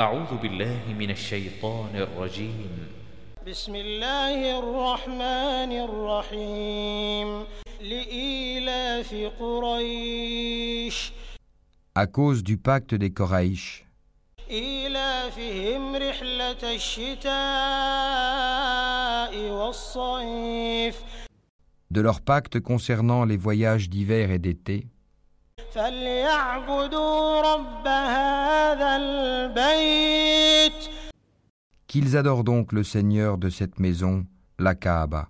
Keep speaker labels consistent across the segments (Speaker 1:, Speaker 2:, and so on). Speaker 1: أعوذ بالله من الشيطان الرجيم
Speaker 2: بسم الله الرحمن الرحيم لإيلاف قريش
Speaker 3: à cause du pacte des Coraïches,
Speaker 2: إيلافهم رحلة الشتاء والصيف
Speaker 3: de leur pacte concernant les voyages d'hiver et d'été,
Speaker 2: فليعبدوا رب هذا البيت
Speaker 3: qu'ils adorent donc le Seigneur de cette maison, la Kaaba,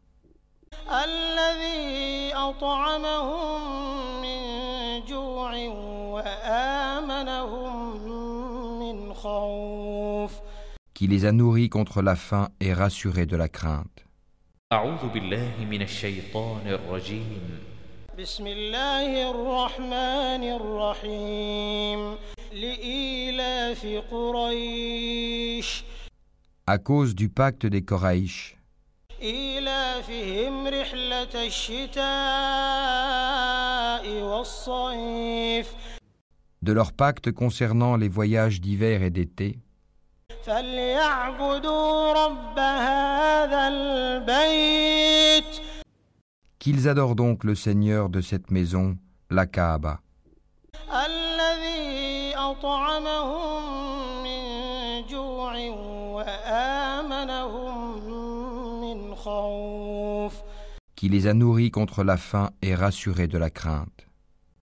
Speaker 2: الذي أطعمهم من جوع وآمنهم من خوف
Speaker 3: qui les a nourris contre la faim et rassurés de la crainte.
Speaker 1: أعوذ بالله من الشيطان الرجيم
Speaker 2: بسم الله الرحمن الرحيم لإيلاف قريش
Speaker 3: À cause du pacte des Coraïches,
Speaker 2: إيلافهم رحلة الشتاء والصيف
Speaker 3: de leur pacte concernant les voyages d'hiver et d'été,
Speaker 2: فليعبدوا رب هذا البيت
Speaker 3: qu'ils adorent donc le Seigneur de cette maison, la Kaaba,
Speaker 2: الذي أطعمهم من جوع وآمنهم من خوف
Speaker 3: qui les a nourris contre la faim et rassurés de la crainte.